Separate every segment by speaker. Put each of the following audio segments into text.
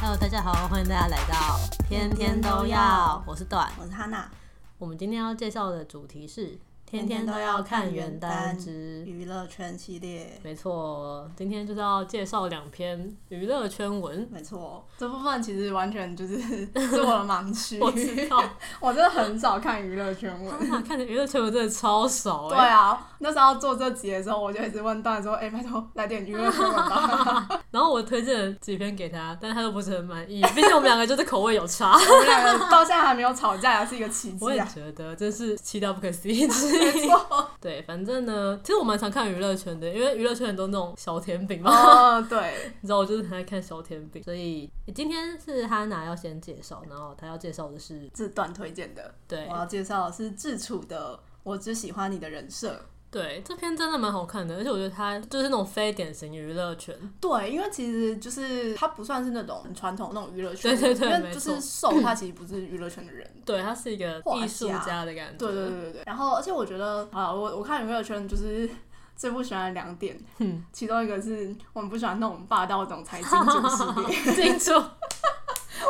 Speaker 1: Hello，大家好，欢迎大家来到天天都要，我是段。
Speaker 2: 我是哈娜，
Speaker 1: 我们今天要介绍的主题是天天都要看原单之。
Speaker 2: 娱乐圈系列，
Speaker 1: 没错，今天就是要介绍两篇娱乐圈 文。
Speaker 2: 没错，这部分其实完全就是 是 我的盲区，
Speaker 1: 我知道，
Speaker 2: 我真的很少看娱乐圈
Speaker 1: 哈
Speaker 2: 文。
Speaker 1: 哈，看的娱乐圈文真的超少
Speaker 2: 对
Speaker 1: 哎、
Speaker 2: 啊，那时候做这集的时候，我就一直问段说：“哎、拜托来点娱乐圈文 吧。”。
Speaker 1: 然后我推荐了几篇给他，但是他都不是很满意，毕竟我们两个 就是口啊味有差
Speaker 2: 我们两个到现在还没有吵架，是一个奇
Speaker 1: 我
Speaker 2: 迹
Speaker 1: 也
Speaker 2: 啊！
Speaker 1: 觉得真是气到不可思议 之
Speaker 2: 没
Speaker 1: 一。
Speaker 2: 错，
Speaker 1: 对，反正呢，其实我蛮常看娱乐圈的，因为娱乐圈很多那种小甜饼嘛。
Speaker 2: 哦，对，
Speaker 1: 你知道我就是很爱看小甜饼，所以今天是哈娜要先介绍，然后她要介绍的是
Speaker 2: 这段推荐的，
Speaker 1: 对
Speaker 2: 我要介绍的是智楚的《我只喜欢你的人设》。
Speaker 1: 对这篇真的蛮好看的，而且我觉得它就是那种非典型娱乐圈，
Speaker 2: 对，因为其实就是他不算是那种很传统的那种娱乐圈，
Speaker 1: 对对对
Speaker 2: 因
Speaker 1: 没
Speaker 2: 为就
Speaker 1: 错
Speaker 2: 是瘦，他其实不是娱乐圈的人。
Speaker 1: 对，他是一个
Speaker 2: 画家
Speaker 1: 艺术家的嗯感觉，
Speaker 2: 对对对对对。然后，而且我觉得啊，我我看娱乐圈就是 最不喜欢的两点，
Speaker 1: 嗯
Speaker 2: 其中一个是我们不喜欢那种霸道总裁金主系
Speaker 1: 清
Speaker 2: 列，
Speaker 1: 楚，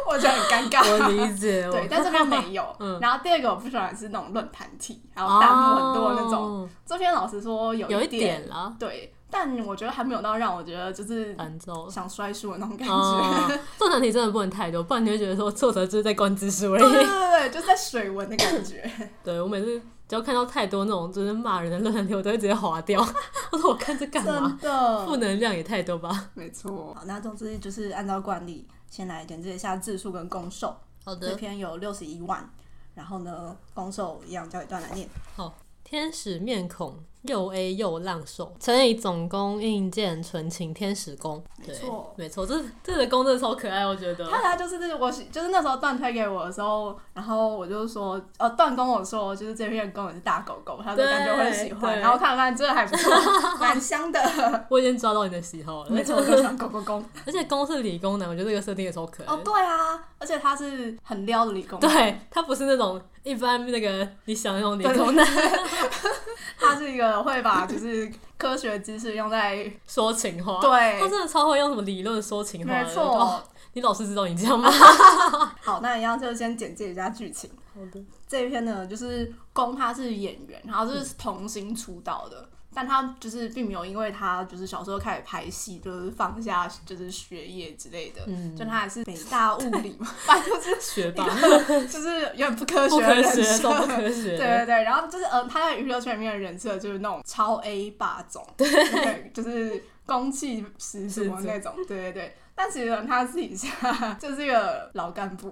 Speaker 2: 我觉得很尴尬。
Speaker 1: 我理解，
Speaker 2: 对，
Speaker 1: 我
Speaker 2: 但这边没有。
Speaker 1: 嗯
Speaker 2: 然后第二个我不喜欢的是那种论坛题，还有弹幕很多的那种。
Speaker 1: 哦
Speaker 2: 这篇老师说有
Speaker 1: 有一
Speaker 2: 一
Speaker 1: 点啦，
Speaker 2: 对，但我觉得还没有到让我觉得就是
Speaker 1: 烦躁。
Speaker 2: 想摔书的那种感觉。
Speaker 1: 啊，做难题真的不能太多，不然你会觉得说作者就是在关知识而
Speaker 2: 对对
Speaker 1: 已。
Speaker 2: 对对，就是在水文的感觉。
Speaker 1: 对我每次只要看到太多那种就是骂人的论坛题，我都会直接划掉。 我说我看这 干嘛？
Speaker 2: 真的，
Speaker 1: 负能量也太多吧？
Speaker 2: 没错。好，那总之就是按照惯例，先来简介一下字数跟攻受。
Speaker 1: 好
Speaker 2: 这篇有六十一万，然后呢，攻受一样交一段来念。
Speaker 1: 天使面孔，又 A 又浪手，乘以总供应件纯情天使宫。
Speaker 2: 没
Speaker 1: 对
Speaker 2: 错，
Speaker 1: 没错，这这个宫真的超可爱，我觉得。
Speaker 2: 他他就是我喜，就是那时候段推给我的时候，然后我就说，呃，段跟我说，就是这篇跟我是大狗狗，他说
Speaker 1: 对
Speaker 2: 感觉我很喜欢，
Speaker 1: 对
Speaker 2: 然后看了看真的还不 错，蛮香的。
Speaker 1: 我已经抓到你的喜好了
Speaker 2: 没，错，我就喜欢狗狗公。
Speaker 1: 而且宫是理工男，我觉得这个设定也超可爱。
Speaker 2: 哦，对啊，而且他是很撩的理工男，
Speaker 1: 对他不是那种一般那个你想的那种理
Speaker 2: 对
Speaker 1: 工男
Speaker 2: 他是一个会把就是科学知识用在
Speaker 1: 说情话，
Speaker 2: 对
Speaker 1: 他真的超会用什么理论说情话的。
Speaker 2: 没
Speaker 1: 我就
Speaker 2: 错啊
Speaker 1: 哦。你老师知道你这样吗？
Speaker 2: 好，那一样就先简介一下剧情。
Speaker 1: 好的，
Speaker 2: 这一篇呢，就是宫他是演员，然后
Speaker 1: 嗯
Speaker 2: 就是童星出道的，但他就是并没有因为他就是小时候开始拍戏，就是放下就是学业之类的，
Speaker 1: 嗯
Speaker 2: 就他还是北大物理嘛，反正就是
Speaker 1: 学霸，
Speaker 2: 就是有点不科
Speaker 1: 不
Speaker 2: 学的
Speaker 1: 科
Speaker 2: 人
Speaker 1: 学，
Speaker 2: 设
Speaker 1: 超。不科学
Speaker 2: 对
Speaker 1: 的。
Speaker 2: 对对，然后就是呃，他在娱乐圈里面的人设就是那种超 A 霸总，对，就是攻气十足的那种，对对对。但其实呢他私底下 就是一个老干部，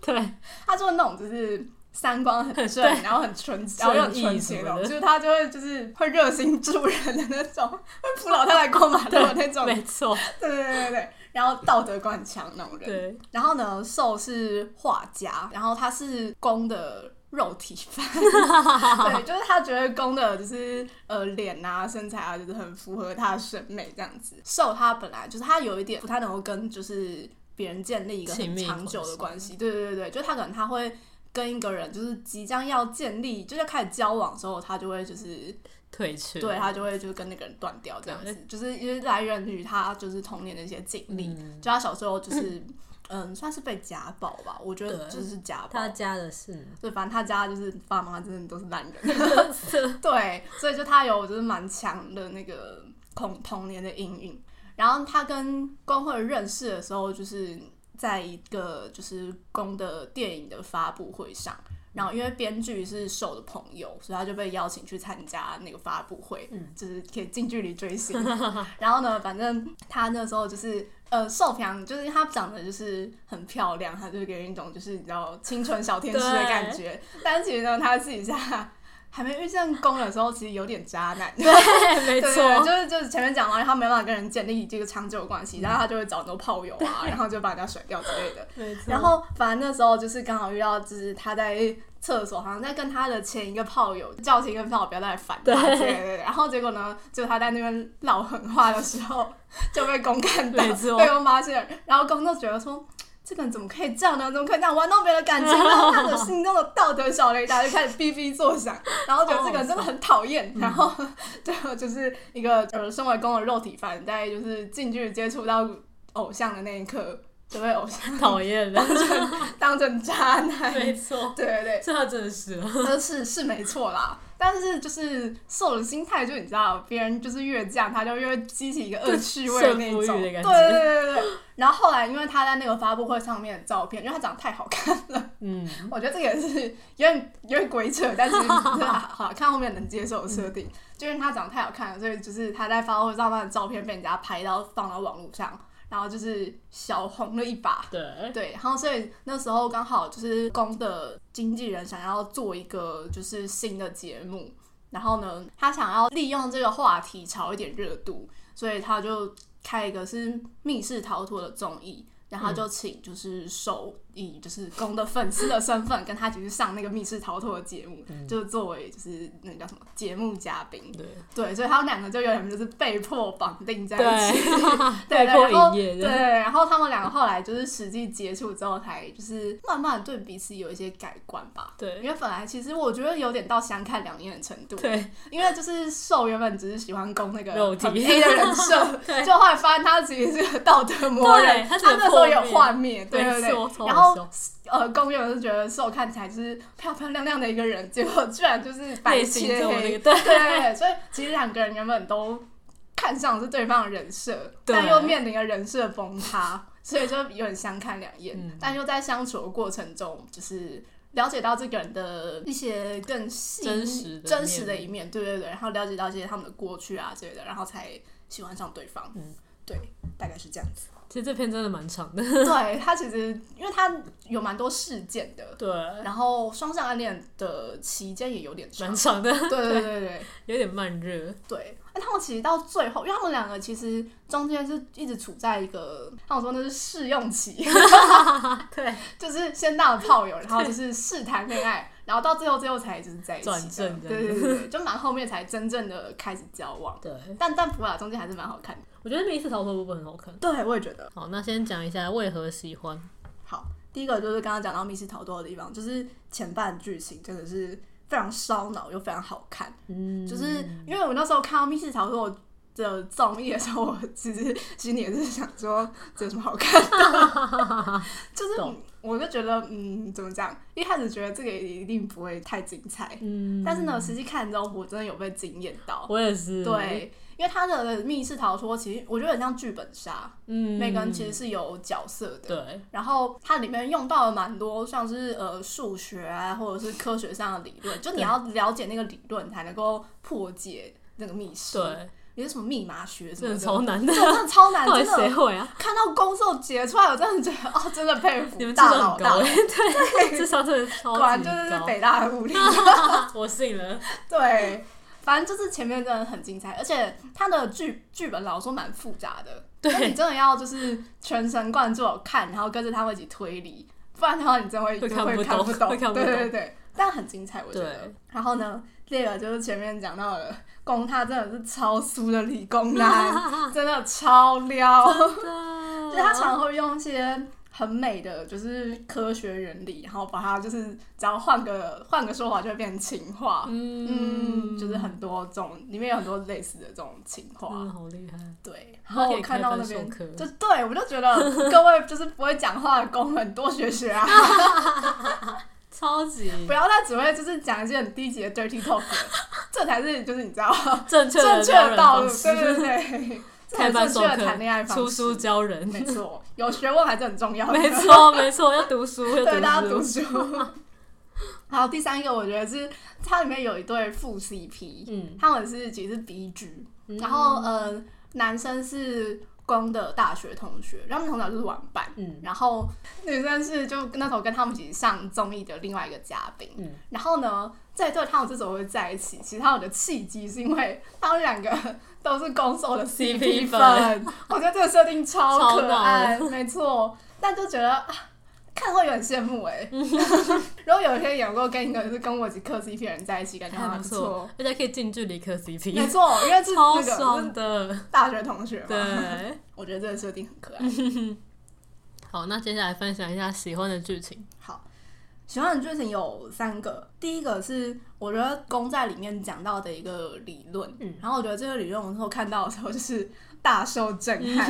Speaker 1: 对，
Speaker 2: 他做那种就是三观很正，然后很纯，然后又很
Speaker 1: 正
Speaker 2: 纯情那
Speaker 1: 义什么
Speaker 2: 种，
Speaker 1: 的
Speaker 2: 就是他就会就是会热心助人的那种，会扶老太太过马路的那 种，对
Speaker 1: 没错，
Speaker 2: 对对对对，然后道德观很强那种人。
Speaker 1: 对，
Speaker 2: 然后呢，寿是画家，然后他是公的。肉体犯， 对，就是他觉得公的就是呃脸啊、身材啊，就是很符合他的审美这样子。瘦他本来就是他有一点不太能够跟就是别人建立一个
Speaker 1: 亲
Speaker 2: 很
Speaker 1: 密
Speaker 2: 长久的
Speaker 1: 关
Speaker 2: 关系，对对对对，就他可能他会跟一个人就是即将要建立，就是要开始交往的时候，他就会就是
Speaker 1: 退去。
Speaker 2: 对他就会就是跟那个人断掉这样子，就是因为来源于他就是童年的一些经历，
Speaker 1: 嗯
Speaker 2: 就他小时候就是嗯算是被家暴吧，我觉得
Speaker 1: 对
Speaker 2: 就是家暴
Speaker 1: 他。家的是
Speaker 2: 对，反正他家就是爸妈真的都是烂人， 对，所以就他有就是蛮强的那个童童年的阴影。然后他跟工会认识的时候，就是在一个就是宫的电影的发布会上，然后因为编剧是受的朋友，所以他就被邀请去参加那个发布会，就是可以近距离追星。然后呢，反正他那时候就是呃，受平就是她长得就是很漂亮，她就给人一种就是你知道清纯小天使的感觉。但是其实呢，她自己下还没遇见公的时候，其实有点渣男。
Speaker 1: 对，没
Speaker 2: 对
Speaker 1: 错，
Speaker 2: 对，就是就是前面讲到，他没办法跟人建立这个长久的关系，然后他就会找很多炮友啊，然后就把人家甩掉之类的。
Speaker 1: 没错。
Speaker 2: 然后反正那时候就是刚好遇到，就是他在厕所，好像在跟他的前一个炮友叫前一个炮友不要再烦他，
Speaker 1: 对
Speaker 2: 对对对。然后结果呢，就他在那边唠狠话的时候就被公看到，
Speaker 1: 没错
Speaker 2: 被公发现，然后公就觉得说。这个人怎么可以这样呢？怎么可以这样玩弄别人的感情？然后他的心中的道德小雷达就开始哔哔作响，然后觉得这个人真的很讨厌。 然后最后就是一个呃，身为公的肉体凡，在就是近距离接触到偶像的那一刻，对不对？偶像
Speaker 1: 讨厌的，
Speaker 2: 当成渣男，
Speaker 1: 没
Speaker 2: 对
Speaker 1: 错，
Speaker 2: 对对，
Speaker 1: 这他真的是了，
Speaker 2: 呃，是是没错啦，但是就是受人心态，就你知道，别人就是越这样，他就越激起一个恶趣味
Speaker 1: 胜
Speaker 2: 那
Speaker 1: 负
Speaker 2: 种。
Speaker 1: 欲
Speaker 2: 对
Speaker 1: 的感
Speaker 2: 对对对对。然后后来，因为他在那个发布会上面的照片，因为他长得太好看了，
Speaker 1: 嗯，
Speaker 2: 我觉得这个也是有点有点鬼扯，但是就是好看后面能接受的设定。就因为他长得太好看了，所以就是他在发布会上面的照片被人家拍到放到网络上，然后就是小红了一把。
Speaker 1: 对，
Speaker 2: 对，然后所以那时候刚好就是公的经纪人想要做一个就是新的节目，然后呢，他想要利用这个话题炒一点热度，所以他就开一个是密室逃脱的综艺，然后他就请就是首以就是公的粉丝的身份跟他一起去上那个密室逃脱的节目，就是作为就是那个叫什么节目嘉宾，
Speaker 1: 对，
Speaker 2: 对，所以他们两个就有点就是被迫绑定在一起。
Speaker 1: 对，被
Speaker 2: 对，然
Speaker 1: 迫
Speaker 2: 后
Speaker 1: 营业
Speaker 2: 对，
Speaker 1: 的，
Speaker 2: 然后他们两个后来就是实际接触之后，才就是慢慢对彼此有一些改观吧。因
Speaker 1: 对，
Speaker 2: 为本来其实我觉得有点到相看两厌的程度，
Speaker 1: 对，
Speaker 2: 因为就是受原本只是喜欢攻那个
Speaker 1: 肉体
Speaker 2: 很 A 的人设，
Speaker 1: 对
Speaker 2: 就后来发现他其实是个道德魔
Speaker 1: 对
Speaker 2: 人，他
Speaker 1: 他是个
Speaker 2: 那时候有
Speaker 1: 破灭
Speaker 2: 幻灭，对对
Speaker 1: 没错
Speaker 2: 对。
Speaker 1: 超
Speaker 2: 然
Speaker 1: 好
Speaker 2: 后
Speaker 1: 笑
Speaker 2: 呃，攻原本是觉得受看起来就是漂漂亮亮的一个人，结果居然就是白
Speaker 1: 内心
Speaker 2: 切
Speaker 1: 中的那
Speaker 2: 黑
Speaker 1: 个，对
Speaker 2: 对，所以其实两个人原本都看上的是对方的人设，
Speaker 1: 对
Speaker 2: 但又面临了人设崩塌，所以就有点相看两厌。
Speaker 1: 嗯
Speaker 2: 但又在相处的过程中，就是了解到这个人的一些更细
Speaker 1: 真实的
Speaker 2: 真实的
Speaker 1: 面目
Speaker 2: 一面，对对对，然后了解到一些他们的过去啊之类的，然后才喜欢上对方。
Speaker 1: 嗯，
Speaker 2: 对，大概是这样子。
Speaker 1: 其实这篇真的蛮长的，
Speaker 2: 对他其实，因为他有蛮多事件的。
Speaker 1: 对，
Speaker 2: 然后双向暗恋的期间也有点长
Speaker 1: 蛮，长的，
Speaker 2: 对对对对对，
Speaker 1: 有点慢热，
Speaker 2: 对，那他们其实到最后，因为他们两个其实中间是一直处在一个，他们说那是试用期，
Speaker 1: 对，
Speaker 2: 就是先当了炮友，然后就是试谈恋爱，然后到最后最后才就是在一起的，
Speaker 1: 转正这样
Speaker 2: 对对对对，就蛮后面才真正的开始交往。
Speaker 1: 对，
Speaker 2: 但但普拉中间还是蛮好看的，
Speaker 1: 我觉得《密室逃脱》部分很好看。
Speaker 2: 对我也觉得
Speaker 1: 好，那先讲一下为何喜欢。
Speaker 2: 好。第一个就是刚刚讲到密室逃脱的地方，就是前半剧情真的是非常烧脑又非常好看，
Speaker 1: 嗯，
Speaker 2: 就是因为我那时候看到密室逃脱的综艺的时候，我其实心里也是想说，这有什么好看的？ 就是
Speaker 1: 懂
Speaker 2: 我就觉得，嗯，怎么讲？一开始觉得这个一定不会太精彩，
Speaker 1: 嗯，
Speaker 2: 但是呢，实际看之后，我真的有被惊艳到。
Speaker 1: 我也是，，
Speaker 2: 对，因为他的密室逃脱其实我觉得很像剧本杀，
Speaker 1: 嗯，
Speaker 2: 每个人其实是有角色的。
Speaker 1: 对，
Speaker 2: 然后它里面用到了蛮多像是呃数学啊，或者是科学上的理论，就你要了解那个理论才能够破解那个密室。，
Speaker 1: 对，
Speaker 2: 有些什么密码学什
Speaker 1: 真
Speaker 2: 么
Speaker 1: 的
Speaker 2: 的，
Speaker 1: 超难的
Speaker 2: 这，真的 超难，
Speaker 1: 到底
Speaker 2: 真
Speaker 1: 谁
Speaker 2: 的。
Speaker 1: 会啊？
Speaker 2: 看到攻受解出来，我真的觉得哦，真的佩服
Speaker 1: 你们智
Speaker 2: 大
Speaker 1: 商
Speaker 2: 佬
Speaker 1: 很高
Speaker 2: 大
Speaker 1: 哎，
Speaker 2: 佬，
Speaker 1: 对， 智商真的超
Speaker 2: 果
Speaker 1: 级
Speaker 2: 然就是
Speaker 1: 高，
Speaker 2: 北大的武力。
Speaker 1: 我信了，
Speaker 2: 对，反正就是前面真的很精彩，而且它的剧剧本老实说蛮复杂的，
Speaker 1: 对
Speaker 2: 就你真的要就是全神贯注地看，然后跟着他们一起推理，不然的话你真会
Speaker 1: 会
Speaker 2: 就
Speaker 1: 看
Speaker 2: 会
Speaker 1: 不
Speaker 2: 看
Speaker 1: 懂
Speaker 2: 懂，
Speaker 1: 会看不
Speaker 2: 对对
Speaker 1: 懂
Speaker 2: 对，但很精彩，我觉得
Speaker 1: 对。
Speaker 2: 然后呢，第二个就是前面讲到了，公他真的是超苏的理工 男，真的超撩，就是他常常会用一些。很美的，就是科学原理，然后把它就是只要换个换个说法，就会变成情话。嗯，
Speaker 1: 嗯，
Speaker 2: 就是很多这种，里面有很多类似的这种情
Speaker 1: 真
Speaker 2: 况。
Speaker 1: 的好厉害，
Speaker 2: 对，然后我看到那边
Speaker 1: 他可以开分授课，
Speaker 2: 就对我就 觉得各位就是不会讲话的工人多学学啊，
Speaker 1: 超级
Speaker 2: 不要再只会就是讲一些很低级的 dirty talk，了这才是就是你知道
Speaker 1: 正确
Speaker 2: 正
Speaker 1: 的
Speaker 2: 确
Speaker 1: 教
Speaker 2: 的
Speaker 1: 人
Speaker 2: 道路，
Speaker 1: 方
Speaker 2: 对
Speaker 1: 式，
Speaker 2: 对 对，这才
Speaker 1: 开
Speaker 2: 是
Speaker 1: 班
Speaker 2: 正
Speaker 1: 授
Speaker 2: 确的谈恋爱
Speaker 1: 课，
Speaker 2: 方
Speaker 1: 出
Speaker 2: 式
Speaker 1: 书教人，
Speaker 2: 没错，有学问还是很重要的，
Speaker 1: 没错没错，要读书，
Speaker 2: 对，大
Speaker 1: 要
Speaker 2: 家
Speaker 1: 读
Speaker 2: 读
Speaker 1: 书，
Speaker 2: 书。然后第三个我觉得是它里面有一对副 CP，
Speaker 1: 嗯，
Speaker 2: 他们是其实是 B G，
Speaker 1: 嗯
Speaker 2: 然后呃，男生是公的大学同学，然后他们从小就是玩伴。
Speaker 1: 嗯
Speaker 2: 然后女生是就那时候跟他们一起上综艺的另外一个嘉宾，
Speaker 1: 嗯
Speaker 2: 然后呢，这一对他们之所以会在一起，其实他们的契机是因为他们两个都是攻 受的 CP
Speaker 1: CP
Speaker 2: 粉，我觉得这个设定超
Speaker 1: 超
Speaker 2: 可爱，没错，但就觉得啊，看会有点羡 慕哎、如果有一天有过跟一个就是跟我一起磕 CP 的人在一起，感觉
Speaker 1: 还
Speaker 2: 还
Speaker 1: 不
Speaker 2: 不
Speaker 1: 错
Speaker 2: 错，
Speaker 1: 而且可以近距离磕
Speaker 2: 没
Speaker 1: CP，
Speaker 2: 错，因为是那
Speaker 1: 超
Speaker 2: 个就是
Speaker 1: 爽的，
Speaker 2: 大学同学嘛，
Speaker 1: 对。
Speaker 2: 我觉得这个设定很可爱。
Speaker 1: 好，那接下来分享一下喜欢的剧情。
Speaker 2: 好，喜欢的剧情有三个，第一个是我觉得公在里面讲到的一个理论，
Speaker 1: 嗯
Speaker 2: 然后我觉得这个理论我那时候看到的时候就是大受震撼，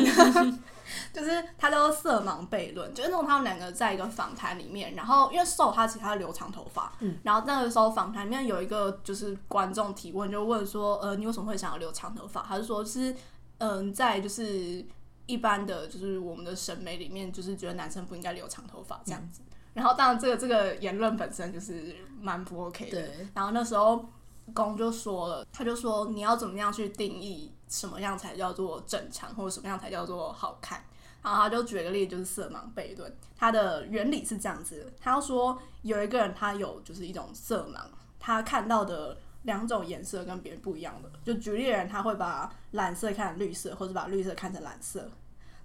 Speaker 2: 就是他叫做色盲悖论，就是那种他们两个在一个访谈里面，然后因为瘦他其实他留长头发，
Speaker 1: 嗯
Speaker 2: 然后那个时候访谈里面有一个就是观众提问，就问说，呃，你为什么会想要留长头发？他就说是，嗯、在就是一般的就是我们的审美里面，就是觉得男生不应该留长头发这样子。然后当然这个这个言论本身就是蛮不 OK 的，
Speaker 1: 对，
Speaker 2: 然后那时候公就说了，他就说你要怎么样去定义什么样才叫做正常，或者什么样才叫做好看。然后他就举了个例，就是色盲悖论，它的原理是这样子的。他说有一个人他有就是一种色盲，他看到的两种颜色跟别人不一样的。就举例的人他会把蓝色看成绿色，或者把绿色看成蓝色，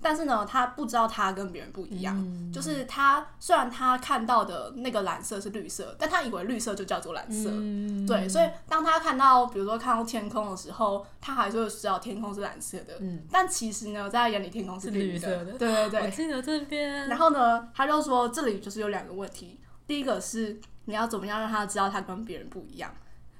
Speaker 2: 但是呢，他不知道他跟别人不一样。
Speaker 1: 嗯
Speaker 2: 就是他虽然他看到的那个蓝色是绿色，但他以为绿色就叫做蓝色。
Speaker 1: 嗯
Speaker 2: 对，所以当他看到，比如说看到天空的时候，他还是会知道天空是蓝色的，
Speaker 1: 嗯，
Speaker 2: 但其实呢，在他眼里天空是绿
Speaker 1: 是绿色的
Speaker 2: 对对
Speaker 1: 我
Speaker 2: 对。
Speaker 1: 记得这边
Speaker 2: 然后呢，他就说这里就是有两个问题，第一个是你要怎么样让他知道他跟别人不一样，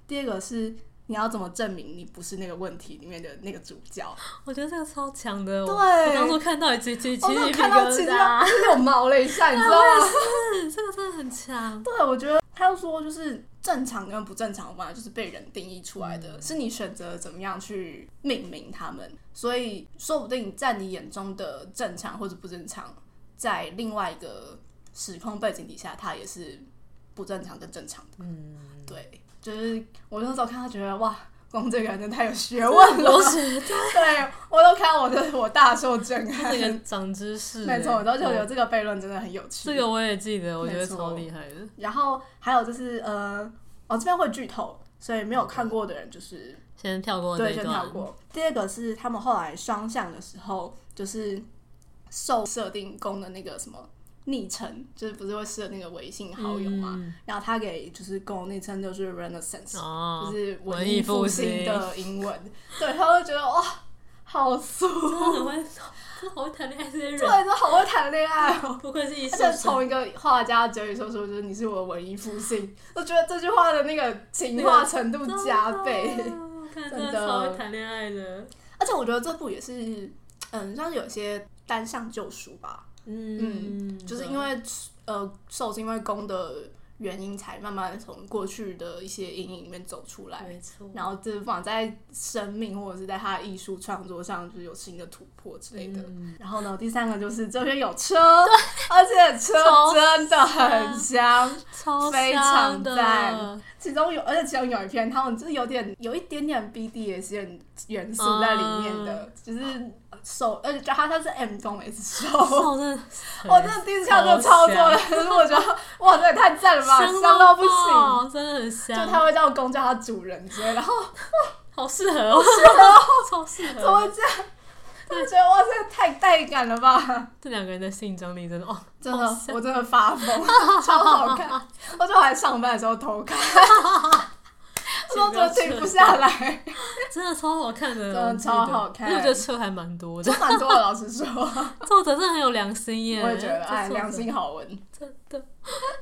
Speaker 2: 第二个是你要怎么证明你不是那个问题里面的那个主角。
Speaker 1: 我觉得这个超强的，我
Speaker 2: 对
Speaker 1: 我当初看到也起起起
Speaker 2: 我真
Speaker 1: 鸡
Speaker 2: 的
Speaker 1: 皮
Speaker 2: 看
Speaker 1: 疙
Speaker 2: 到其实
Speaker 1: 瘩，
Speaker 2: 其实有毛了一下，你知道吗？
Speaker 1: 嗯，这个真的很强，
Speaker 2: 对，我觉得他又说，就是正常跟不正常嘛，就是被人定义出来
Speaker 1: 嗯
Speaker 2: 的，是你选择怎么样去命名他们。所以，说不定在你眼中的正常或者不正常，在另外一个时空背景底下，它也是不正常跟正常的。
Speaker 1: 嗯，
Speaker 2: 对，就是我那时候看他觉得哇。光这个人真的太有学问了
Speaker 1: 我，觉得
Speaker 2: 对我都看我的我大受震撼
Speaker 1: 这。个长知识欸，
Speaker 2: 没错，我都觉
Speaker 1: 对
Speaker 2: 得这个悖论真的很有趣。
Speaker 1: 这个我也记得，我觉得
Speaker 2: 没错
Speaker 1: 超厉害的。
Speaker 2: 然后还有就是呃，哦这边会剧透，所以没有看过的人就是
Speaker 1: 先跳过这
Speaker 2: 对
Speaker 1: 一
Speaker 2: 先
Speaker 1: 段，
Speaker 2: 跳过。第二个是他们后来双向的时候，就是受设定公的那个什么昵称，就是不是会设那个微信好友嘛？
Speaker 1: 嗯
Speaker 2: 然后他给就是公的昵称就是 Renaissance，、
Speaker 1: 哦
Speaker 2: 就，是
Speaker 1: 文
Speaker 2: 文
Speaker 1: 艺
Speaker 2: 艺
Speaker 1: 复
Speaker 2: 复
Speaker 1: 兴
Speaker 2: 兴的英文。对，他就觉得哇，好俗，
Speaker 1: 真的很会，真的好会谈恋爱这些
Speaker 2: 对，
Speaker 1: 人，
Speaker 2: 这好会谈恋爱哦。
Speaker 1: 不愧是艺术
Speaker 2: 而且
Speaker 1: 生。
Speaker 2: 从一个画家的嘴里说出就是你是我的文艺复兴， 我觉得这句话的那个情话程度加倍。
Speaker 1: 真的，哦看真
Speaker 2: 真
Speaker 1: 的
Speaker 2: 的
Speaker 1: 超会谈恋爱的，
Speaker 2: 而且我觉得这部也是，嗯，像是有些单向救赎吧，
Speaker 1: 嗯，
Speaker 2: 就是因为呃，受是因为公的原因才慢慢从过去的一些阴影里面走出来，
Speaker 1: 没错，
Speaker 2: 然后这不管在生命或者是在他的艺术创作上，就是有新的突破之类的。
Speaker 1: 嗯
Speaker 2: 然后呢，第三个就是这边有 车，而且车真的很香。
Speaker 1: 超
Speaker 2: 非
Speaker 1: 香
Speaker 2: 常
Speaker 1: 的
Speaker 2: 赞，其中有，而且其中有一篇，他们就是有点有一点点 BDSM 元素在里面的，就是手，而且他他是 M 攻 S 手，
Speaker 1: 哦，真的，
Speaker 2: 我真的第一次看这个操作了，可是我觉得哇，这也太赞了吧，
Speaker 1: 香
Speaker 2: 香到不行。
Speaker 1: 爆，真的很
Speaker 2: 就
Speaker 1: 香，
Speaker 2: 他会叫公叫他主人之类，然后
Speaker 1: 好适合哦， 超适
Speaker 2: 怎么
Speaker 1: 合，
Speaker 2: 会这样？我觉得哇，这也太带感了吧！
Speaker 1: 这两个人的性张力真的哦，
Speaker 2: 真的
Speaker 1: 好，香
Speaker 2: 我真的发 疯，超好看。我就还上班的时候偷 看，我都觉得停不下来。
Speaker 1: 真的超好看的，
Speaker 2: 真的
Speaker 1: 我记得
Speaker 2: 超好看
Speaker 1: 因为我觉得车还蛮多 的
Speaker 2: 真，的蛮多的，老实说，
Speaker 1: 作者真的很有良心耶，
Speaker 2: 我也觉得，
Speaker 1: 这
Speaker 2: 哎，
Speaker 1: 作者
Speaker 2: 良心好文，
Speaker 1: 真的，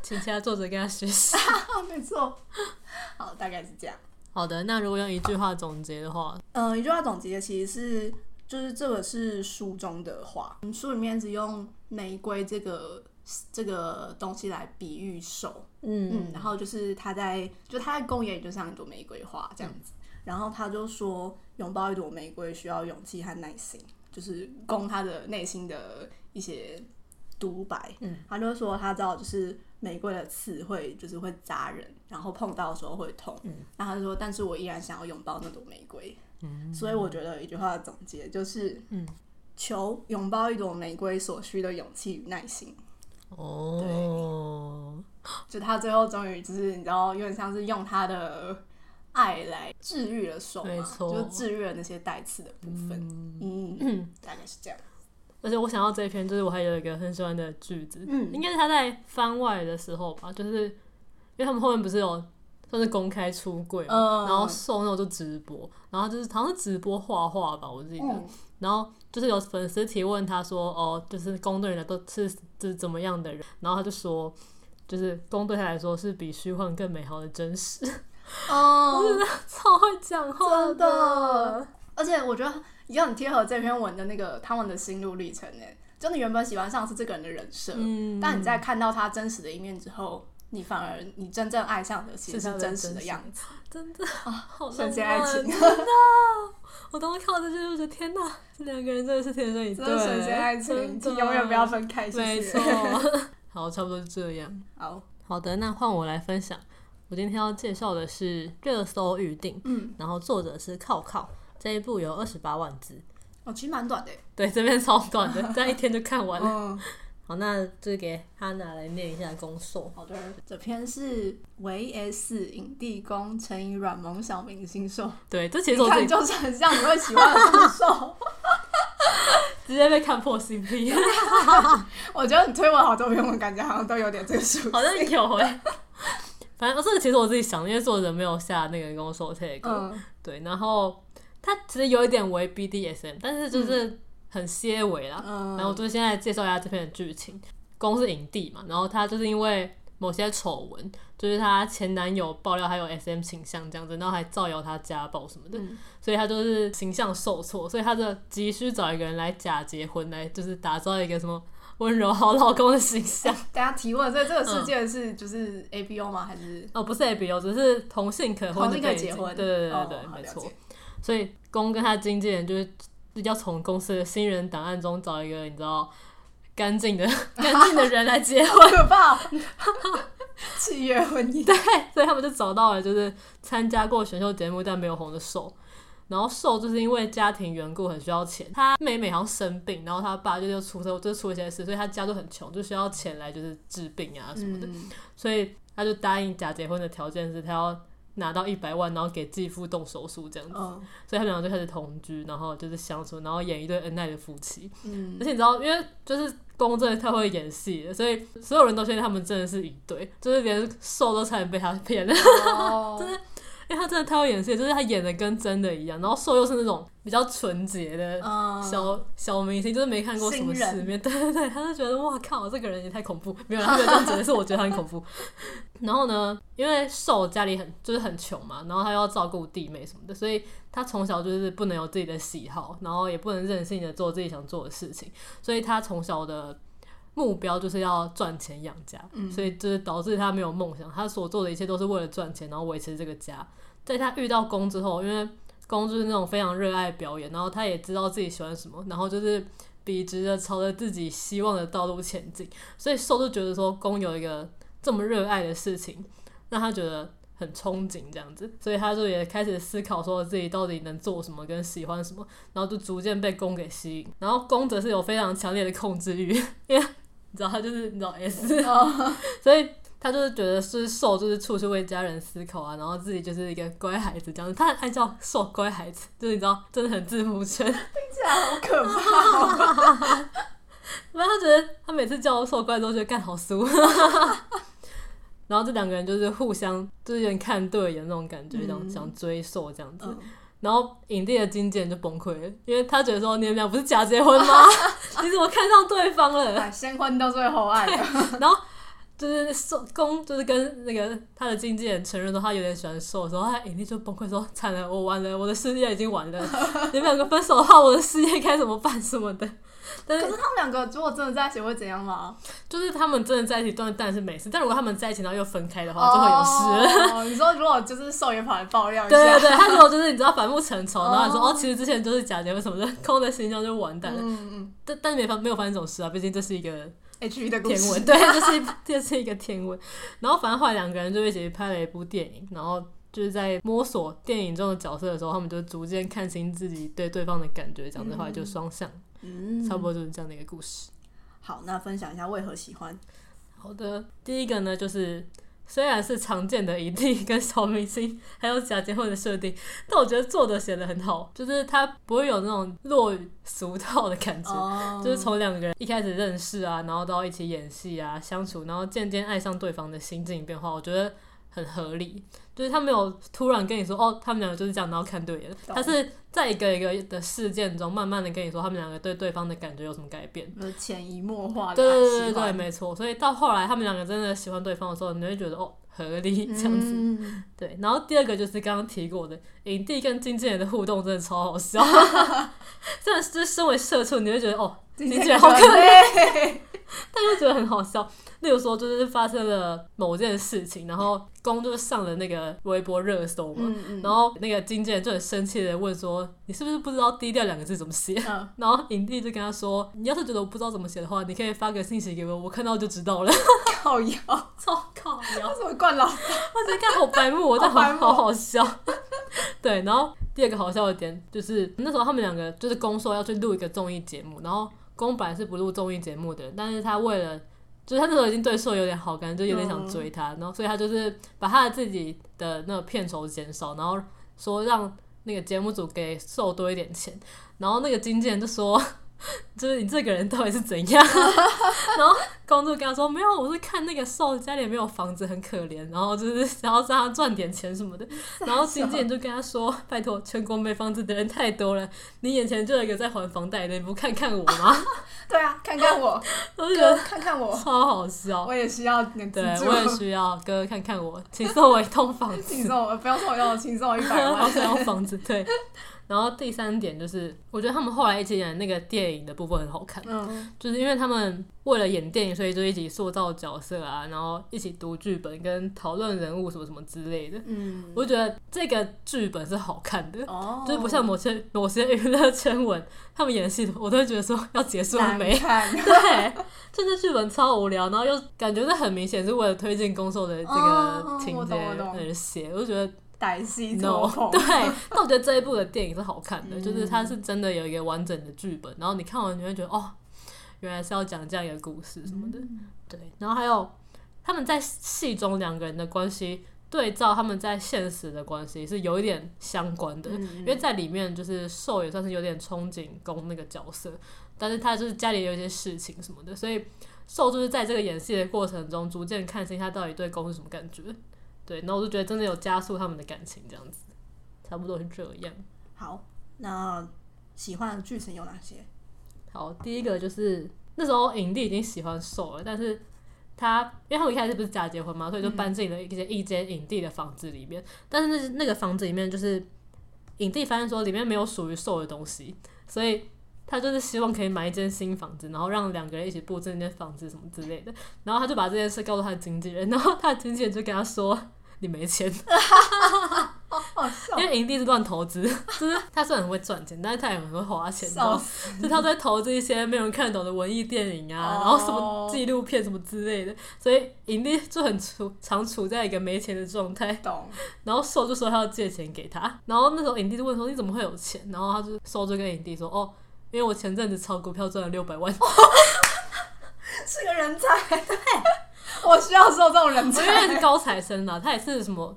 Speaker 1: 请其他作者跟他学习。
Speaker 2: 啊， 没错。 好，大概是这样。
Speaker 1: 好的，那如果用一句话总结的话，
Speaker 2: 嗯、一句话总结其实是，就是这个是书中的话，嗯书里面只用玫瑰这个这个东西来比喻手，嗯，然后就是他在就他在公园里就像一朵玫瑰花这样子，然后他就说拥抱一朵玫瑰需要勇气和耐心，就是供他的内心的一些独白。
Speaker 1: 嗯，
Speaker 2: 他就说他知道就是玫瑰的刺会就是会扎人，然后碰到的时候会痛。
Speaker 1: 嗯，
Speaker 2: 那他就说，但是我依然想要拥抱那朵玫瑰。嗯，所以我觉得一句话的总结就是，
Speaker 1: 嗯，
Speaker 2: 求拥抱一朵玫瑰所需的勇气与耐心。
Speaker 1: 哦，
Speaker 2: 就他最后终于就是你知道，有点像是用他的爱来治愈了手
Speaker 1: 没
Speaker 2: 嘛，
Speaker 1: 错
Speaker 2: 就治愈了那些带刺的部分。嗯，大概是这样。
Speaker 1: 而且我想到这一篇，就是我还有一个很喜欢的句子，
Speaker 2: 嗯
Speaker 1: 应该是他在番外的时候吧，就是因为他们后面不是有算是公开出柜嘛，
Speaker 2: 嗯
Speaker 1: 然后受那种就直播，然后就是好像是直播画画吧，我记得，
Speaker 2: 嗯
Speaker 1: 然后就是有粉丝提问他说，哦，就是公对人都是就是怎么样的人，然后他就说。就是公对他来说是比虚幻更美好的真实，
Speaker 2: 哦，
Speaker 1: 超会讲话
Speaker 2: 真的，而且我觉得也很贴合这篇文的那个他们的心路历程呢。就你原本喜欢上是这个人的人设，
Speaker 1: 嗯，
Speaker 2: 但你在看到他真实的一面之后，你反而你真正爱上的其实
Speaker 1: 是他
Speaker 2: 是
Speaker 1: 的
Speaker 2: 真实
Speaker 1: 真
Speaker 2: 的
Speaker 1: 实
Speaker 2: 样子。
Speaker 1: 真的啊，好浪
Speaker 2: 瞬间
Speaker 1: 漫
Speaker 2: 爱情，
Speaker 1: 我当时看到这句就觉得天哪，这两个人真的是天生一对，
Speaker 2: 真的 瞬间爱情，
Speaker 1: 真的
Speaker 2: 永远不要分开。谢
Speaker 1: 没
Speaker 2: 谢
Speaker 1: 错。 好，差不多就这样。
Speaker 2: 好，
Speaker 1: 好的，那换我来分享。我今天要介绍的是《热搜预定》，
Speaker 2: 嗯，
Speaker 1: 然后作者是靠靠。这一部有二十八万字，
Speaker 2: 哦，其实蛮短的耶。
Speaker 1: 对，这边超短的，这样一天就看完了。
Speaker 2: 嗯，
Speaker 1: 好，那就给哈娜来念一下攻受。
Speaker 2: 好的。这篇是维 S 影帝宫乘以软萌小明星兽，
Speaker 1: 对，这其实
Speaker 2: 一
Speaker 1: 我自
Speaker 2: 看
Speaker 1: 己
Speaker 2: 就是很像你会喜欢的动兽。
Speaker 1: 直接被看破 CP，
Speaker 2: 我觉得你推我好多篇文，感觉好像都有点这个属
Speaker 1: 好像
Speaker 2: 性。
Speaker 1: 有哎、反正这个其实我自己想的，因为作者没有下那个攻受 tag，、
Speaker 2: 嗯，
Speaker 1: 对，然后它其实有一点为 BDSM，但是就是很些微啦。
Speaker 2: 嗯
Speaker 1: 然后我就现在介绍一下这篇的剧情。公是影帝嘛，然后她就是因为某些丑闻，就是她前男友爆料还有 SM 倾向这样子，然后还造谣她家暴什么的，
Speaker 2: 嗯
Speaker 1: 所以她就是形象受挫，所以她就急需找一个人来假结婚，来就是打造一个什么温柔好老公的形 象。
Speaker 2: 大家提问，所以这个世界是就是 A B O 吗？还是
Speaker 1: 哦，不是 A B O，只是同性可婚
Speaker 2: 同
Speaker 1: 的
Speaker 2: 性可
Speaker 1: 背
Speaker 2: 以结
Speaker 1: 景
Speaker 2: 婚？
Speaker 1: 对对对对
Speaker 2: 哦
Speaker 1: 对，
Speaker 2: 好
Speaker 1: 没
Speaker 2: 了
Speaker 1: 错
Speaker 2: 解。
Speaker 1: 所以公跟他的经纪人就是要从公司的新人档案中找一个你知道干净的 干净的人来结婚，
Speaker 2: 好可怕！契约婚 姻，
Speaker 1: 所以他们就找到了就是参加过选秀节目但没有红的瘦。然后瘦就是因为家庭缘故很需要钱，他妹妹好像生病，然后他爸就就出车，就出了一些事，所以他家就很穷，就需要钱来就是治病啊什么的。
Speaker 2: 嗯，
Speaker 1: 所以他就答应假结婚的条件是他要拿到一百万，然后给继父动手术这样子。
Speaker 2: 哦
Speaker 1: 所以他们两个就开始同居，然后就是相处，然后演一对恩爱的夫妻。
Speaker 2: 嗯
Speaker 1: 而，且你知道，因为就是公真的太会演戏了，所以所有人都确定他们真的是一对，就是连瘦都差点被他骗了，
Speaker 2: 哦，
Speaker 1: 真的因为他真的太会演戏，就是他演的跟真的一样。然后瘦又是那种比较纯洁的
Speaker 2: 嗯，
Speaker 1: 小、小明星，就是没看过什么世面，对对对，他就觉得哇靠，这个人也太恐怖， 没有啦，他没有这样觉得，是我觉得他很恐怖。 然后呢，因为瘦家里很就是很穷嘛，然后他又要照顾弟妹什么的，所以他从小就是不能有自己的喜好，然后也不能任性的做自己想做的事情，所以他从小的。目标就是要赚钱养家，
Speaker 2: 嗯
Speaker 1: 所以就是导致他没有梦想，他所做的一切都是为了赚钱，然后维持这个家。在他遇到公之后，因为公就是那种非常热爱表演，然后他也知道自己喜欢什么，然后就是笔直的朝着自己希望的道路前进。所以受就觉得说，公有一个这么热爱的事情，让他觉得很憧憬这样子，所以他就也开始思考说自己到底能做什么跟喜欢什么，然后就逐渐被公给吸引。然后公则是有非常强烈的控制欲， 因为你知道他就是你知道 S，
Speaker 2: 哦
Speaker 1: 所以他就是觉得是受，就是处处为家人思考啊，然后自己就是一个乖孩子这样子。他按照受乖孩子，就是你知道，真的很字母 圈。
Speaker 2: 听起来好可 怕哦，
Speaker 1: 然后他觉得他每次叫我受乖之后，觉得干好俗。 然后这两个人就是互相就是有点看对眼那种感觉，
Speaker 2: 嗯
Speaker 1: 想想追受这样子。
Speaker 2: 嗯
Speaker 1: 然后影帝的经纪人就崩溃了，因为他觉得说你们俩不是假结婚吗？ 你怎么看上对方了？
Speaker 2: 哎先婚到最后爱的，
Speaker 1: 然后就是受公，就是跟那个他的经纪人承认说他有点喜欢瘦的时候，他影帝就崩溃说：“惨了，我完了，我的事业已经 完了。你们两个分手的话，我的事业该怎么办什么的。”但
Speaker 2: 可
Speaker 1: 是
Speaker 2: 是他们两个如果真的在一起会怎样吗？
Speaker 1: 就是他们真的在一起，当然当然是没事。但如果他们在一起然后又分开的话，就会啊有事 了。
Speaker 2: 哦。你说如果就是少爷跑来爆料一
Speaker 1: 对啊对
Speaker 2: 下，
Speaker 1: 对，他如果就是你知道反目成仇，
Speaker 2: 哦
Speaker 1: 然后你说哦，其实之前就是假结婚什么的，空的形象就完蛋了。
Speaker 2: 嗯嗯
Speaker 1: 但但没发没有发生这种事啊，毕竟这是一个
Speaker 2: ，H E 的故
Speaker 1: 天
Speaker 2: 事
Speaker 1: 文，，对，这是一 这是一个天文。然后反正后来两个人就一起拍了一部电影，然后就是在摸索电影中的角色的时候，他们就逐渐看清自己对对方的感觉，讲的话就双向，
Speaker 2: 嗯
Speaker 1: 差不多就是这样的一个故事。
Speaker 2: 好，那分享一下为何喜欢，
Speaker 1: 好的，第一个呢就是。虽然是常见的影帝跟小明星，还有假结婚的设定，但我觉得作者写的很好，就是他不会有那种落于俗套的感觉，
Speaker 2: 哦
Speaker 1: 就是从两个人一开始认识啊，然后到一起演戏啊、相处，然后渐渐爱上对方的心境变化，我觉得很合理。就是他没有突然跟你说哦，他们两个就是这样，然后看对眼了，
Speaker 2: 懂
Speaker 1: 他是在一个一个的事件中，慢慢的跟你说他们两个对对方的感觉有什么改变。
Speaker 2: 就是潜移默化的
Speaker 1: 对对对
Speaker 2: 喜
Speaker 1: 对对，
Speaker 2: 欢
Speaker 1: 没错。所以到后来他们两个真的喜欢对方的时候，你就会觉得哦，合理这样子。
Speaker 2: 嗯
Speaker 1: 对，然后第二个就是刚刚提过的影帝跟经纪人的互动，真的超好笑。真的是身为社畜，你会觉得哦，
Speaker 2: 听
Speaker 1: 起
Speaker 2: 起
Speaker 1: 来
Speaker 2: 来
Speaker 1: 好可
Speaker 2: 怜。
Speaker 1: 但又 觉得很好笑。例如说，就是发生了某件事情，然后公就是上了那个微博热搜嘛，
Speaker 2: 嗯嗯，
Speaker 1: 然后那个经纪人就很生气的问说：“你是不是不知道‘低调’两个字怎么写？”
Speaker 2: 嗯
Speaker 1: 然后影帝就跟他说：“你要是觉得我不知道怎么写的话，你可以发个信息给我，我看到就知道了。
Speaker 2: 靠腰，”
Speaker 1: 超靠腰
Speaker 2: 为，什么灌老
Speaker 1: 我觉得看好白 目，我哦但好
Speaker 2: 好白目
Speaker 1: 好
Speaker 2: 哦
Speaker 1: 好笑。对，然后第二个好笑的点就是那时候他们两个就是公说要去录一个综艺节目，然后公本来是不录综艺节目的人，但是他为了就是他那时候已经对硕有点好感，就有点
Speaker 2: 嗯
Speaker 1: 想追他，然后所以他就是把他的自己的那个片酬减少，然后说让那个节目组给瘦多一点钱，然后那个经纪人就说。 就是你这个人到底是怎样？ 然后公主跟他说没有，我是看那个瘦家里没有房子很可怜，然后就是 想要让他赚点钱什么的。然后经纪人就跟他说：“拜托，全国没房子的人太多了，你眼前就有一个在还房贷的，你不看看我吗
Speaker 2: 对啊，看看我，？”
Speaker 1: 我就觉
Speaker 2: 哥，
Speaker 1: 得
Speaker 2: 看看我，
Speaker 1: 超好笑。
Speaker 2: 我也需要点资
Speaker 1: 对，
Speaker 2: 助
Speaker 1: 我。也需要哥看看我，请送我一栋房子。
Speaker 2: 轻 松，我不要送我要轻松一百
Speaker 1: 好
Speaker 2: 万。
Speaker 1: 想要房子。对，然后第三点就是，我觉得他们后来一起演那个电影的部分很好看，
Speaker 2: 嗯，
Speaker 1: 就是因为他们为了演电影，所以就一起塑造角色啊，然后一起读剧本跟讨论人物什么什么之类的。
Speaker 2: 嗯，
Speaker 1: 我觉得这个剧本是好看的，
Speaker 2: 哦，
Speaker 1: 就是不像某些某些娱乐圈文，他们演戏的，我都会觉得说要结束了
Speaker 2: 难
Speaker 1: 没？
Speaker 2: 看
Speaker 1: 对，就那剧本超无聊，然后又感觉是很明显是为了推进攻受的这个
Speaker 2: 哦
Speaker 1: 情
Speaker 2: 我
Speaker 1: 节
Speaker 2: 懂我懂
Speaker 1: 而写，我就觉得
Speaker 2: 歹戏做
Speaker 1: no
Speaker 2: 梦。
Speaker 1: 对，但我觉得这一部的电影是好看的，
Speaker 2: 嗯
Speaker 1: 就是它是真的有一个完整的剧本，然后你看完你会觉得哦，原来是要讲这样一个故事什么
Speaker 2: 嗯
Speaker 1: 的，对，然后还有他们在戏中两个人的关系对照他们在现实的关系是有一点相关的，
Speaker 2: 嗯
Speaker 1: 因为在里面就是受也算是有点憧憬攻那个角色，但是他就是家里有一些事情什么的，所以受就是在这个演戏的过程中逐渐看清他到底对攻是什么感觉。对，然后我就觉得真的有加速他们的感情这样子，差不多是这样。
Speaker 2: 好，那喜欢的剧情有哪些？
Speaker 1: 好，第一个就是那时候影帝已经喜欢瘦了，但是他因为他们一开始不是假结婚嘛，所以就搬进了一些一间影帝的房子里面。但是那那个房子里面就是影帝发现说里面没有属于瘦的东西，所以他就是希望可以买一间新房子，然后让两个人一起布置那间房子什么之类的。然后他就把这件事告诉他的经纪人，然后他的经纪人就跟他说。你没钱，
Speaker 2: 哦，好笑
Speaker 1: 因，为影帝是乱投资， 就是他虽然很会赚钱，但是他也很会花钱，然后
Speaker 2: 笑死，
Speaker 1: 就他在投资一些没有人看得懂的文艺电影啊，
Speaker 2: 哦
Speaker 1: 然后什么纪录片什么之类的，所以影帝就很处常处在一个没钱的状态。
Speaker 2: 懂，
Speaker 1: 然后瘦就说他要借钱给他，然后那时候影帝就问说你怎么会有钱？然后他就瘦就跟影帝说哦，因为我前阵子炒股票赚了六百万，
Speaker 2: 哦是个人才， 我需要受这种人
Speaker 1: 我
Speaker 2: 才。
Speaker 1: 因为是高材生啦， 他也是什么。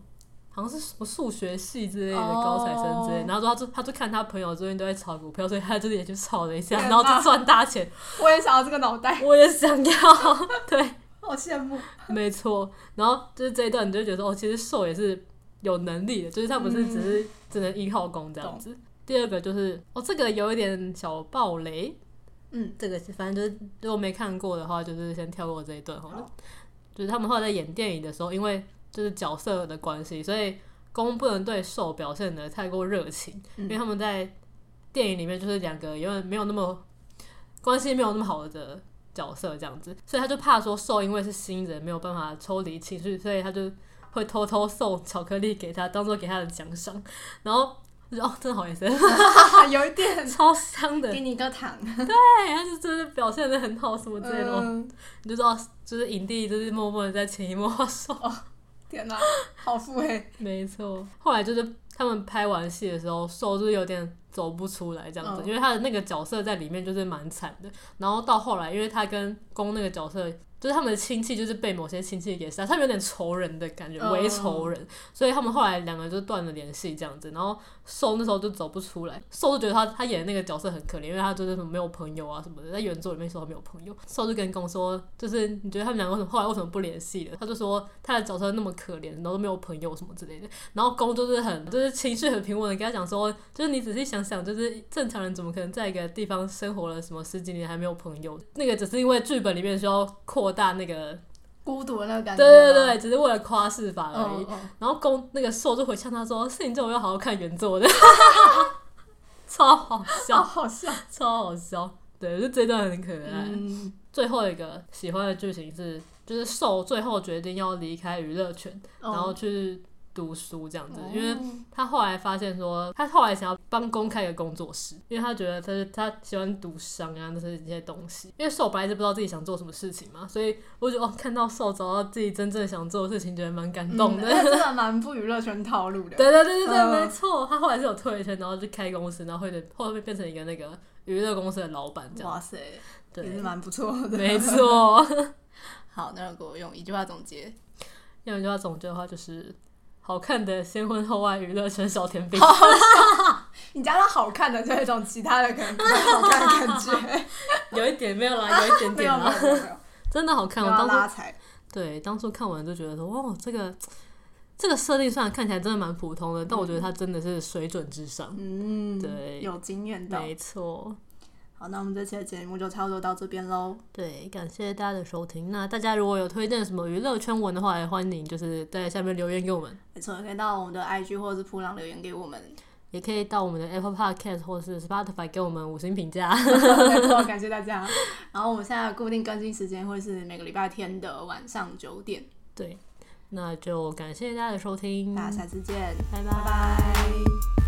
Speaker 1: 好像是什么数学系之类的
Speaker 2: 哦
Speaker 1: 高材生之类的然后他就他就看他朋友最近都在炒股票，所以他就是也去炒了一下，
Speaker 2: 天
Speaker 1: 然
Speaker 2: 哪
Speaker 1: 后就赚大钱。
Speaker 2: 我也想要这个脑袋，
Speaker 1: 我也想要， 对，
Speaker 2: 好羡慕。
Speaker 1: 没错，然后就是这一段，你就会觉得哦，其实瘦也是有能力的，就是他不是只是只能依靠功这样子。第二个就是哦，这个有一点小暴雷，
Speaker 2: 嗯，
Speaker 1: 这个反正就是如果没看过的话，就是先跳过这一段好了。
Speaker 2: 好
Speaker 1: 就是他们后来在演电影的时候，因为就是角色的关系，所以公不能对受表现的太过热情，
Speaker 2: 嗯
Speaker 1: 因为他们在电影里面就是两个有点没有那么关系没有那么好的角色这样子，所以他就怕说受因为是新人没有办法抽离情绪，所以他就会偷偷送巧克力给他，当做给他的奖赏，然后我就哦，真的好眼神，
Speaker 2: 有一 点，
Speaker 1: 超伤的，
Speaker 2: 给你一个糖，
Speaker 1: 对，他就真的表现的很好什么之类的，哦
Speaker 2: 嗯，
Speaker 1: 你就知道就是影帝就是默默的在潜移默化受
Speaker 2: 天哪，好欸腹黑，
Speaker 1: 没错，后来就是他们拍完戏的时候，瘦就是有点走不出来这样子，
Speaker 2: 嗯
Speaker 1: 因为他的那个角色在里面就是蛮惨的。然后到后来，因为他跟公那个角色，就是他们的亲戚就是被某些亲戚给杀，他们有点仇人的感觉，
Speaker 2: 嗯
Speaker 1: 为仇人，所以他们后来两个人就断了联系这样子。然后瘦那时候就走不出来，瘦就觉得他他演的那个角色很可怜，因为他就是什么没有朋友啊什么的，在原作里面说他没有朋友，瘦就跟公说，就是你觉得他们两个为什么后来为什么不联系了？他就说他的角色那么可怜，然后都没有朋友什么之类的，然后公就是很就是情绪很平稳的跟他讲说，就是你仔细想想，就是正常人怎么可能在一个地方生活了什么十几年还没有朋友？那个只是因为剧本里面需要扩大那个，
Speaker 2: 孤独的那个感
Speaker 1: 对
Speaker 2: 觉，
Speaker 1: 对对，，只是为了夸饰法而已。
Speaker 2: 嗯嗯，
Speaker 1: 然后公那个受就回呛他说：“是你叫我要好好看原作的。” 超好
Speaker 2: 好
Speaker 1: 笑，
Speaker 2: 哦好笑。
Speaker 1: 超好笑。对，就这段很可爱。
Speaker 2: 嗯，
Speaker 1: 最后一个喜欢的剧情是，就是受最后决定要离开娱乐圈，
Speaker 2: 哦
Speaker 1: 然后去读书这样子，因为
Speaker 2: 为
Speaker 1: 他后来发现说，他后来想要帮公开一个工作室，因为他觉得他是他喜欢读商啊，那些一些东西。因为瘦本来是不知道自己想做什么事情嘛，所以我觉得哦，看到瘦找到自己真正想做的事情，觉得蛮感动的。
Speaker 2: 真的蛮不娱乐圈套路的。
Speaker 1: 对对对对对，
Speaker 2: 嗯
Speaker 1: 没错，他后来是有退圈，然后去开公司，然后会后面变成一个那个娱乐公司的老板这样。
Speaker 2: 哇塞，
Speaker 1: 对
Speaker 2: 也，是蛮不错的。
Speaker 1: 没。错。
Speaker 2: 好，那如果用一句话总结，
Speaker 1: 用一句话总结的话，就是好看的先婚后爱娱乐圈小甜饼。
Speaker 2: 你加上好看的就一种其他的可能不太好看的感觉，
Speaker 1: 有一点没有啦，有一点
Speaker 2: 没
Speaker 1: 点
Speaker 2: 有没有
Speaker 1: 啦，
Speaker 2: 没有没有，
Speaker 1: 真的好看。
Speaker 2: 没
Speaker 1: 我
Speaker 2: 有要
Speaker 1: 当初
Speaker 2: 拉踩。
Speaker 1: 对当初看完就觉得说，哇，这个这个设定虽然看起来真的蛮普通的，但我觉得它真的是水准之上。
Speaker 2: 嗯，
Speaker 1: 对
Speaker 2: 有经验到。
Speaker 1: 没错，
Speaker 2: 好，那我们这期的节目就差不多到这边喽。
Speaker 1: 对，感谢大家的收听。那大家如果有推荐什么娱乐圈文的话，也欢迎就是在下面留言给我们，
Speaker 2: 没错，可以到我们的 IG 或者是普朗留言给 我们。
Speaker 1: 也可以到我们的 Apple Podcast 或是 Spotify 给我们五星评价。
Speaker 2: 没错，感谢大家。然后我们现在的固定更新时间会是每个礼拜天的晚上九点，
Speaker 1: 对，那就感谢大家的收听，
Speaker 2: 大家下次见，
Speaker 1: 拜
Speaker 2: 拜拜